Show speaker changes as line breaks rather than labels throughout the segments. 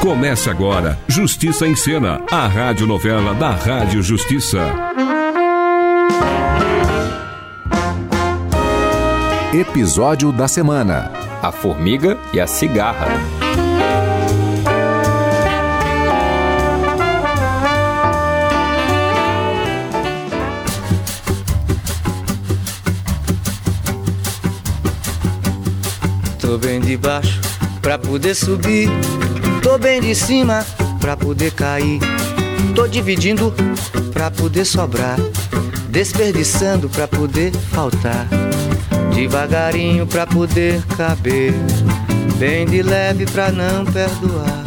Comece agora Justiça em Cena, a radionovela da Rádio Justiça.
Episódio da semana.
A formiga e a cigarra.
Tô bem de baixo pra poder subir. Tô bem de cima pra poder cair. Tô dividindo pra poder sobrar. Desperdiçando pra poder faltar. Devagarinho pra poder caber. Bem de leve pra não perdoar.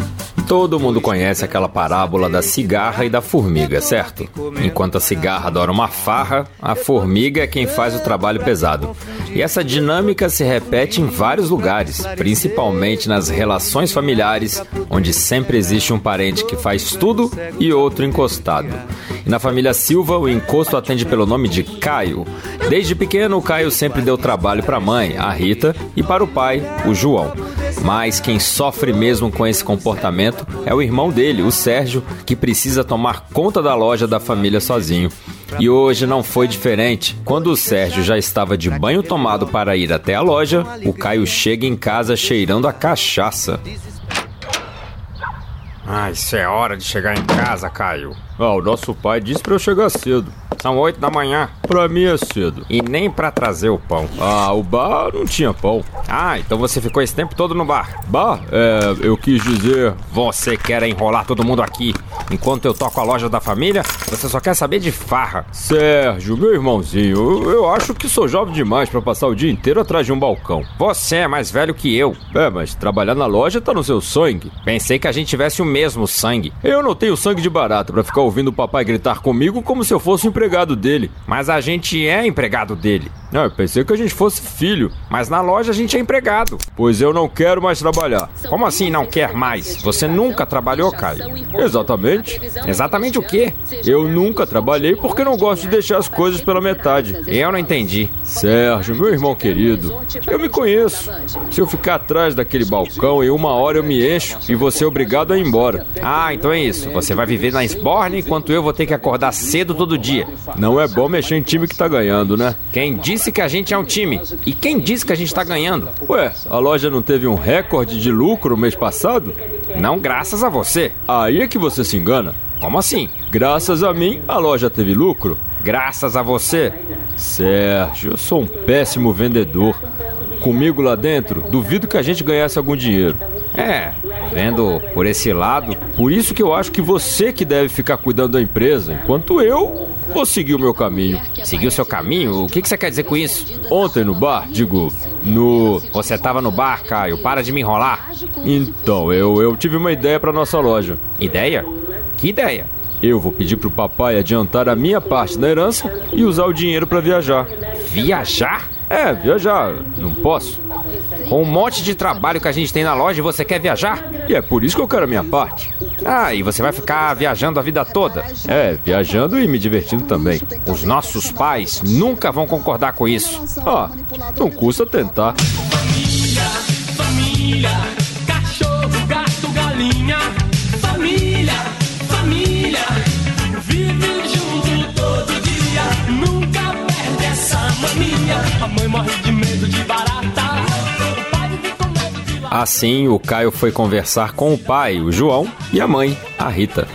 Todo mundo conhece aquela parábola da cigarra e da formiga, certo? Enquanto a cigarra adora uma farra, a formiga é quem faz o trabalho pesado. E essa dinâmica se repete em vários lugares, principalmente nas relações familiares, onde sempre existe um parente que faz tudo e outro encostado. E na família Silva, o encosto atende pelo nome de Caio. Desde pequeno, o Caio sempre deu trabalho para a mãe, a Rita, e para o pai, o João. Mas quem sofre mesmo com esse comportamento é o irmão dele, o Sérgio, que precisa tomar conta da loja da família sozinho. E hoje não foi diferente. Quando o Sérgio já estava de banho tomado para ir até a loja, o Caio chega em casa cheirando a cachaça.
Ah, isso é hora de chegar em casa, Caio.
Ah, o nosso pai disse para eu chegar cedo.
São oito da manhã.
Pra mim é cedo.
E nem para trazer o pão.
Ah, o bar não tinha pão.
Ah, então você ficou esse tempo todo no bar.
Bar? É, eu quis dizer.
Você quer enrolar todo mundo aqui. Enquanto eu toco a loja da família, você só quer saber de farra.
Sérgio, meu irmãozinho, eu, eu acho que sou jovem demais para passar o dia inteiro atrás de um balcão.
Você é mais velho que eu.
É, mas trabalhar na loja tá no seu sangue.
Pensei que a gente tivesse o mesmo sangue.
Eu não tenho sangue de barato para ficar ouvindo o papai gritar comigo como se eu fosse um empregado dele.
Mas a gente é empregado dele.
Não, Ah, eu pensei que a gente fosse filho.
Mas na loja a gente é empregado.
Pois eu não quero mais trabalhar.
Como assim não quer mais? Você nunca trabalhou, Caio?
Exatamente.
Exatamente o quê?
Eu nunca trabalhei porque não gosto de deixar as coisas pela metade.
Eu não entendi.
Sérgio, meu irmão querido, eu me conheço. Se eu ficar atrás daquele balcão em uma hora eu me encho e você é obrigado a ir embora.
Ah, então é isso. Você vai viver na esborna enquanto eu vou ter que acordar cedo todo dia.
Não é bom mexer em time que tá ganhando, né?
Quem disse? disse que a gente é um time. E quem disse que a gente tá ganhando?
Ué, a loja não teve um recorde de lucro mês passado?
Não graças a você.
Aí é que você se engana.
Como assim?
Graças a mim, a loja teve lucro.
Graças a você?
Sérgio, eu sou um péssimo vendedor. Comigo lá dentro, duvido que a gente ganhasse algum dinheiro.
É, vendo por esse lado.
Por isso que eu acho que você que deve ficar cuidando da empresa, enquanto eu vou seguir o meu caminho.
Seguir o seu caminho? O que, que você quer dizer com isso?
Ontem no bar, digo, no.
Você tava no bar, Caio, para de me enrolar.
Então, eu, eu tive uma ideia para nossa loja.
Ideia? Que ideia?
Eu vou pedir pro papai adiantar a minha parte da herança e usar o dinheiro para viajar.
Viajar?
É, viajar. Não posso.
Com um monte de trabalho que a gente tem na loja, você quer viajar?
E é por isso que eu quero a minha parte.
Ah, e você vai ficar viajando a vida toda?
É, viajando e me divertindo também.
Os nossos pais nunca vão concordar com isso.
Ah, não custa tentar.
Família, família, cachorro, gato, galinha. Família, família, vive junto todo dia. Nunca perde essa mania. A mãe morre de medo de barata. O pai vive com medo de lá.
Assim, o Caio foi conversar com o pai, o João, e a mãe, a Rita.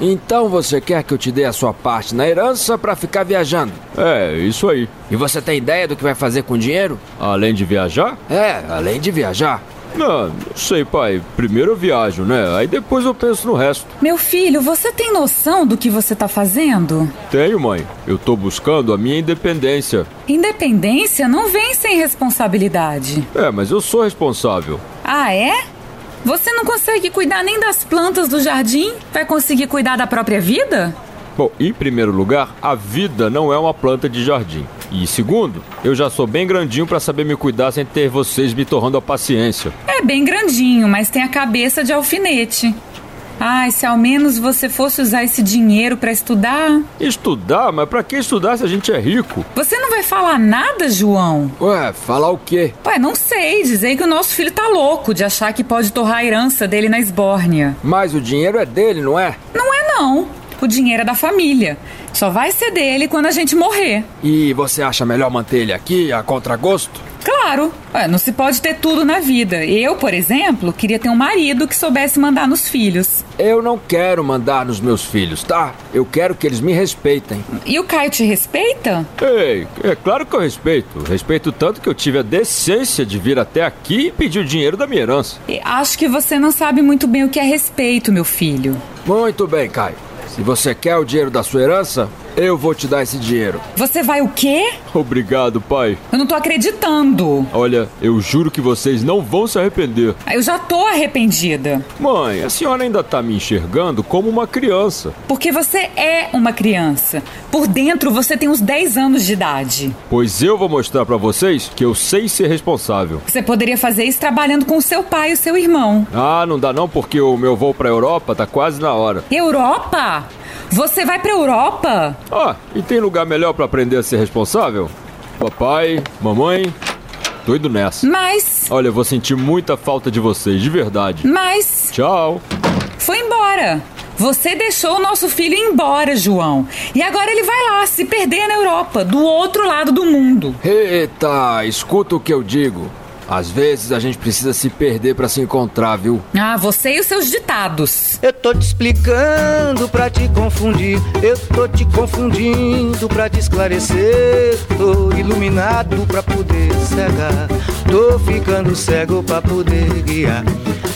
Então você quer que eu te dê a sua parte na herança para ficar viajando?
É, isso aí.
E você tem ideia do que vai fazer com o dinheiro?
Além de viajar?
É, além de viajar.
Não, não sei, pai. Primeiro eu viajo, né? Aí depois eu penso no resto.
Meu filho, você tem noção do que você tá fazendo?
Tenho, mãe. Eu tô buscando a minha independência.
Independência não vem sem responsabilidade.
É, mas eu sou responsável.
Ah, é? Você não consegue cuidar nem das plantas do jardim? Vai conseguir cuidar da própria vida?
Bom, em primeiro lugar, a vida não é uma planta de jardim. E segundo, eu já sou bem grandinho para saber me cuidar sem ter vocês me torrando a paciência.
É bem grandinho, mas tem a cabeça de alfinete. Ai, se ao menos você fosse usar esse dinheiro para estudar.
Estudar? Mas para que estudar se a gente é rico?
Você não vai falar nada, João?
Ué, falar o quê?
Ué, não sei. Dizer que o nosso filho tá louco de achar que pode torrar a herança dele na esbórnia.
Mas o dinheiro é dele, não é?
Não é, não. O dinheiro é da família. Só vai ser dele quando a gente morrer.
E você acha melhor manter ele aqui, a contragosto?
Claro, Ué, não se pode ter tudo na vida. Eu, por exemplo, queria ter um marido que soubesse mandar nos filhos.
Eu não quero mandar nos meus filhos, tá? Eu quero que eles me respeitem.
E o Caio te respeita?
Ei, é claro que eu respeito. Respeito tanto que eu tive a decência de vir até aqui e pedir o dinheiro da minha herança.
E acho que você não sabe muito bem o que é respeito, meu filho.
Muito bem, Caio. Se você quer o dinheiro da sua herança, eu vou te dar esse dinheiro.
Você vai o quê?
Obrigado, pai.
Eu não tô acreditando.
Olha, eu juro que vocês não vão se arrepender.
Eu já tô arrependida.
Mãe, a senhora ainda tá me enxergando como uma criança.
Porque você é uma criança. Por dentro você tem uns 10 anos de idade.
Pois eu vou mostrar pra vocês que eu sei ser responsável.
Você poderia fazer isso trabalhando com seu pai e seu irmão.
Ah, não dá não porque o meu voo pra Europa tá quase na hora.
Europa? Você vai pra Europa?
Ah, e tem lugar melhor pra aprender a ser responsável? Papai, mamãe, tô indo nessa.
Mas.
Olha, eu vou sentir muita falta de vocês, de verdade.
Mas.
Tchau.
Foi embora. Você deixou o nosso filho ir embora, João. E agora ele vai lá se perder na Europa, do outro lado do mundo.
Eita, escuta o que eu digo. Às vezes a gente precisa se perder pra se encontrar, viu?
Ah, você e os seus ditados.
Eu tô te explicando pra te confundir. Eu tô te confundindo pra te esclarecer. Tô iluminado pra poder cegar. Tô ficando cego pra poder guiar.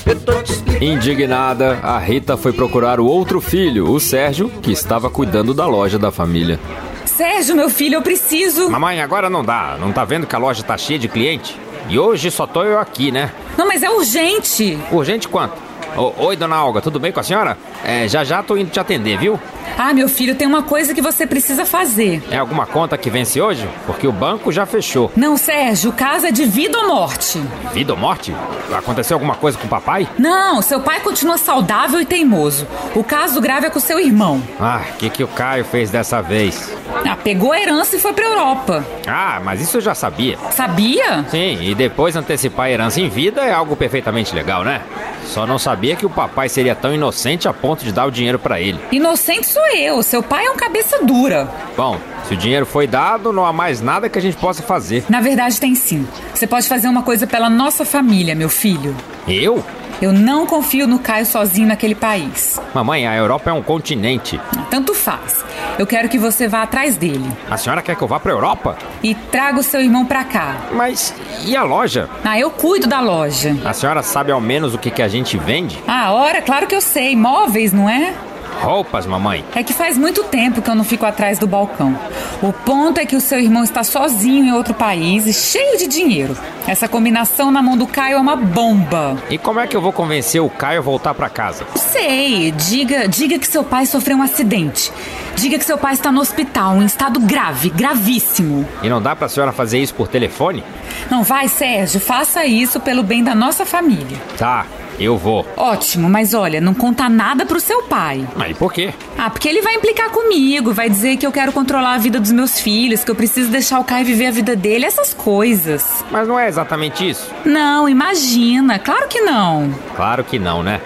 Eu tô te explicando.
Indignada, a Rita foi procurar o outro filho, o Sérgio, que estava cuidando da loja da família.
Sérgio, meu filho, eu preciso.
Mamãe, agora não dá. Não tá vendo que a loja tá cheia de cliente? E hoje só tô eu aqui, né?
Não, mas é urgente.
Urgente quanto? Ô, oi, dona Olga, tudo bem com a senhora? É, já já tô indo te atender, viu?
Ah, meu filho, tem uma coisa que você precisa fazer.
É alguma conta que vence hoje? Porque o banco já fechou.
Não, Sérgio, o caso é de vida ou morte.
Vida ou morte? Aconteceu alguma coisa com o papai?
Não, seu pai continua saudável e teimoso. O caso grave é com seu irmão.
Ah, o que, que o Caio fez dessa vez?
Ah, pegou a herança e foi pra Europa.
Ah, mas isso eu já sabia.
Sabia?
Sim, e depois antecipar a herança em vida é algo perfeitamente legal, né? Só não sabia que o papai seria tão inocente a ponto de dar o dinheiro pra ele.
Inocente sou eu, seu pai é um cabeça dura.
Bom, se o dinheiro foi dado, não há mais nada que a gente possa fazer.
Na verdade, tem sim. Você pode fazer uma coisa pela nossa família, meu filho.
Eu?
Eu não confio no Caio sozinho naquele país. Ah,
Mamãe, a Europa é um continente.
Tanto faz. Eu quero que você vá atrás dele
A senhora quer que eu vá pra Europa?
e traga o seu irmão pra cá.
Mas e a loja?
Ah, eu cuido da loja.
A senhora sabe ao menos o que, que a gente vende?
Ah, ora, claro que eu sei. Móveis, não é?
Roupas, mamãe.
É que faz muito tempo que eu não fico atrás do balcão. O ponto é que o seu irmão está sozinho em outro país e cheio de dinheiro. Essa combinação na mão do Caio é uma bomba.
E como é que eu vou convencer o Caio a voltar pra casa?
Sei, diga, diga que seu pai sofreu um acidente. Diga que seu pai está no hospital, em estado grave, gravíssimo.
E não dá pra senhora fazer isso por telefone?
Não vai, Sérgio, faça isso pelo bem da nossa família.
Tá, eu vou.
Ótimo, mas olha, não conta nada pro seu pai.
Mas por quê?
Ah, porque ele vai implicar comigo, vai dizer que eu quero controlar a vida dos meus filhos, que eu preciso deixar o Caio viver a vida dele, essas coisas.
Mas não é exatamente isso.
Não, imagina, claro que não.
Claro que não, né?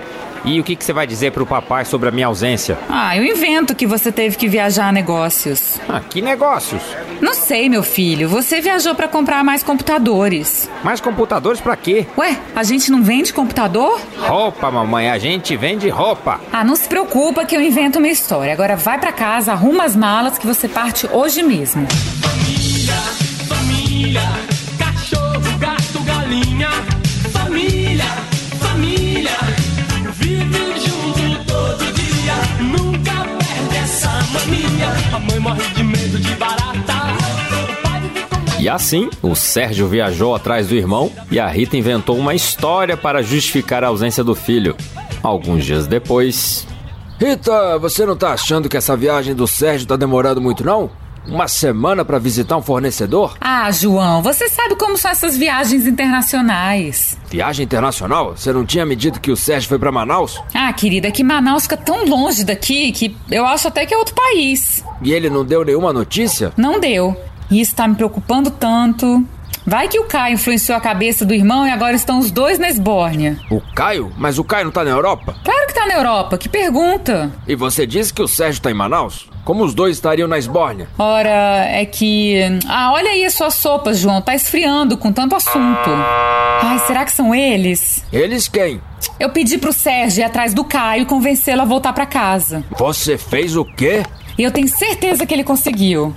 E o que, que você vai dizer pro papai sobre a minha ausência?
Ah, eu invento que você teve que viajar a negócios.
Ah, que negócios!
Não sei, meu filho, você viajou pra comprar mais computadores.
Mais computadores pra quê?
Ué, a gente não vende computador?
Roupa, mamãe, a gente vende roupa.
Ah, não se preocupa que eu invento uma história. Agora vai pra casa, arruma as malas que você parte hoje mesmo.
Família, família, cachorro, gato, galinha. Família, família, vive junto todo dia. Nunca perde essa mania. A mãe morre de medo de barata. O pai vive com medo.
E E assim, o Sérgio viajou atrás do irmão e a Rita inventou uma história para justificar a ausência do filho. Alguns dias depois.
Rita, você não tá achando que essa viagem do Sérgio tá demorando muito, não? Uma semana para visitar um fornecedor?
Ah, João, você sabe como são essas viagens internacionais.
Viagem internacional? Você não tinha me dito que o Sérgio foi para Manaus?
Ah, querida, que Manaus fica tão longe daqui que eu acho até que é outro país.
E ele não deu nenhuma notícia?
Não deu. E isso tá me preocupando tanto. Vai que o Caio influenciou a cabeça do irmão e agora estão os dois na esbórnia.
O Caio? Mas o Caio não tá na Europa?
Claro que tá na Europa, que pergunta!
E você disse que o Sérgio tá em Manaus? Como os dois estariam na esbórnia?
Ora, é que. Ah, olha aí a sua sopa, João. Tá esfriando com tanto assunto. Ai, será que são eles?
Eles quem?
Eu pedi pro Sérgio ir atrás do Caio e convencê-lo a voltar pra casa.
Você fez o quê?
E eu tenho certeza que ele conseguiu.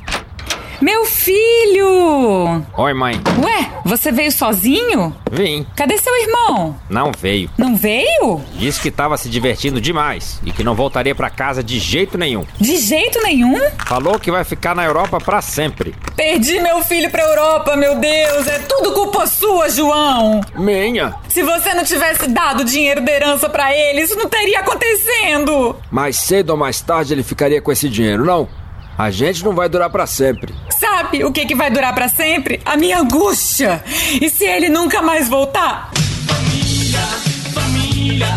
Meu filho!
Oi, mãe.
Ué, você veio sozinho?
Vim.
Cadê seu irmão?
Não veio.
Não veio?
Disse que tava se divertindo demais e que não voltaria pra casa de jeito nenhum.
De jeito nenhum?
Falou que vai ficar na Europa pra sempre.
Perdi meu filho pra Europa, meu Deus! É tudo culpa sua, João!
Minha.
Se você não tivesse dado dinheiro de herança pra ele, isso não teria acontecendo!
Mais cedo ou mais tarde ele ficaria com esse dinheiro, não? A gente não vai durar pra sempre.
Sabe o que, que vai durar pra sempre? A minha angústia! E se ele nunca mais voltar?
Família, família,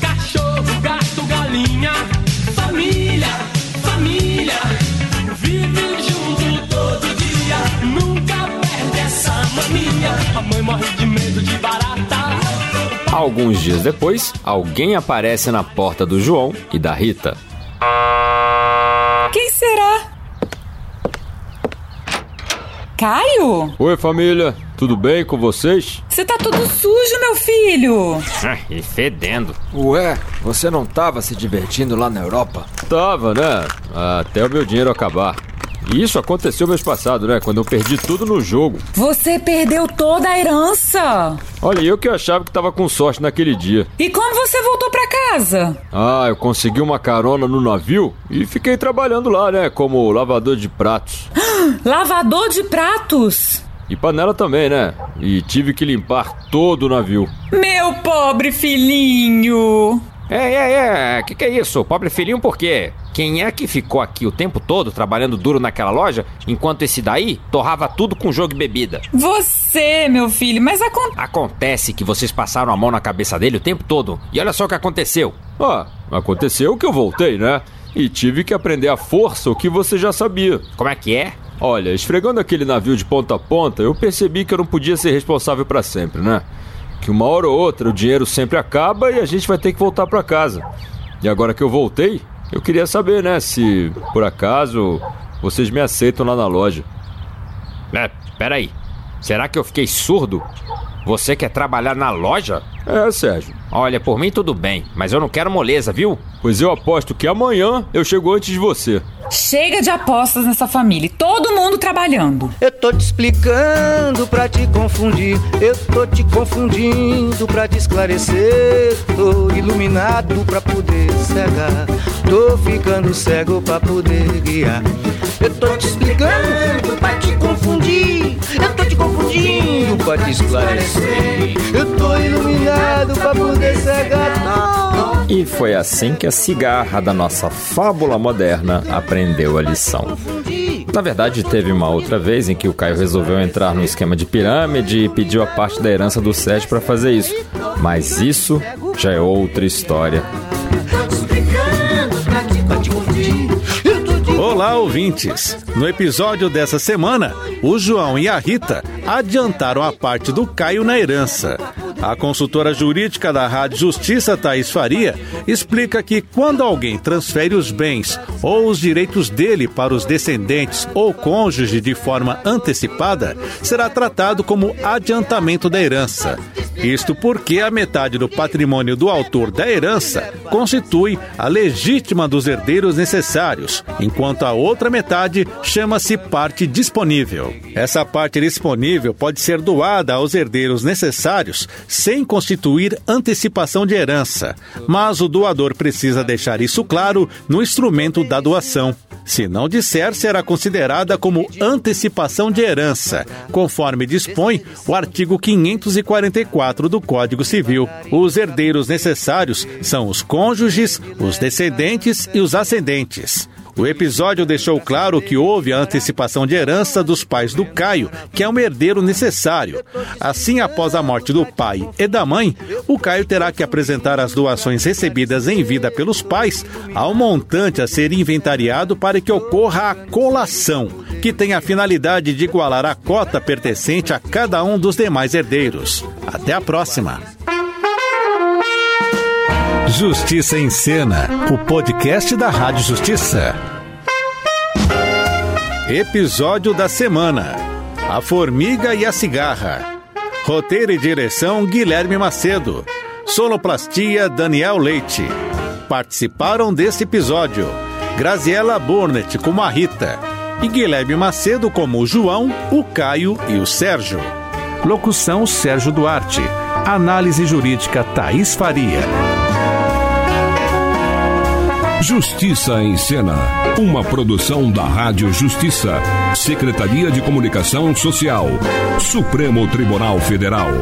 cachorro, gato, galinha. Família, família, vive junto todo dia. Nunca perde essa mania. A mãe morre de medo de barata.
Alguns dias depois, alguém aparece na porta do João e da Rita.
Quem será? Caio?
Oi, família. Tudo bem com vocês?
Você tá todo sujo, meu filho!
Ah, E fedendo.
Ué, você não tava se divertindo lá na Europa?
Tava, né? Até o meu dinheiro acabar. E Isso aconteceu mês passado, né? Quando eu perdi tudo no jogo.
Você perdeu toda a herança!
Olha, eu que achava que tava com sorte naquele dia.
E como você voltou pra casa?
Ah, eu consegui uma carona no navio e fiquei trabalhando lá, né? Como lavador de pratos.
Lavador de pratos?
E panela também, né? E tive que limpar todo o navio.
Meu pobre filhinho!
É, é, é. Que que é isso? Pobre filhinho por quê? Quem é que ficou aqui o tempo todo trabalhando duro naquela loja, enquanto esse daí torrava tudo com jogo e bebida?
Você, meu filho, mas acontece.
Acontece que vocês passaram a mão na cabeça dele o tempo todo. E olha só o que aconteceu.
Ah, aconteceu que eu voltei, né? E tive que aprender à força o que você já sabia.
Como é que é?
Olha, esfregando aquele navio de ponta a ponta, eu percebi que eu não podia ser responsável pra sempre, né? Que uma hora ou outra o dinheiro sempre acaba e a gente vai ter que voltar pra casa. E agora que eu voltei, eu queria saber, né, se por acaso vocês me aceitam lá na loja.
É, peraí. Será que eu fiquei surdo? Você quer trabalhar na loja?
É, Sérgio.
Olha, por mim tudo bem, mas eu não quero moleza, viu?
Pois eu aposto que amanhã eu chego antes de você.
Chega de apostas nessa família, e todo mundo trabalhando.
Eu tô te explicando pra te confundir. Eu tô te confundindo pra te esclarecer. Tô iluminado pra poder cegar. Tô ficando cego pra poder guiar. Eu tô te explicando pra te confundir. Eu tô te confundindo pra te esclarecer. Eu tô iluminado pra poder cegar.
E foi assim que a cigarra da nossa fábula moderna aprendeu a lição. Na verdade, teve uma outra vez em que o Caio resolveu entrar no esquema de pirâmide e pediu a parte da herança do Sérgio para fazer isso. Mas isso já é outra história.
Olá, ouvintes! No episódio dessa semana, o João e a Rita adiantaram a parte do Caio na herança. A consultora jurídica da Rádio Justiça, Thaís Faria, explica que quando alguém transfere os bens ou os direitos dele para os descendentes ou cônjuge de forma antecipada, será tratado como adiantamento da herança. Isto porque a metade do patrimônio do autor da herança constitui a legítima dos herdeiros necessários, enquanto a outra metade chama-se parte disponível. Essa parte disponível pode ser doada aos herdeiros necessários sem constituir antecipação de herança, mas o doador precisa deixar isso claro no instrumento da doação. Se não disser, será considerada como antecipação de herança, conforme dispõe o artigo 544 do Código Civil. Os herdeiros necessários são os cônjuges, os descendentes e os ascendentes. O episódio deixou claro que houve a antecipação de herança dos pais do Caio, que é um herdeiro necessário. Assim, após a morte do pai e da mãe, o Caio terá que apresentar as doações recebidas em vida pelos pais ao montante a ser inventariado para que ocorra a colação, que tem a finalidade de igualar a cota pertencente a cada um dos demais herdeiros. Até a próxima! Justiça em Cena, o podcast da Rádio Justiça. Episódio da semana: A Formiga e a Cigarra. Roteiro e direção: Guilherme Macedo. Sonoplastia: Daniel Leite. Participaram deste episódio: Graziela Burnett como a Rita e Guilherme Macedo como o João, o Caio e o Sérgio. Locução: Sérgio Duarte. Análise jurídica: Thaís Faria.
Justiça em Cena, uma produção da Rádio Justiça, Secretaria de Comunicação Social, Supremo Tribunal Federal.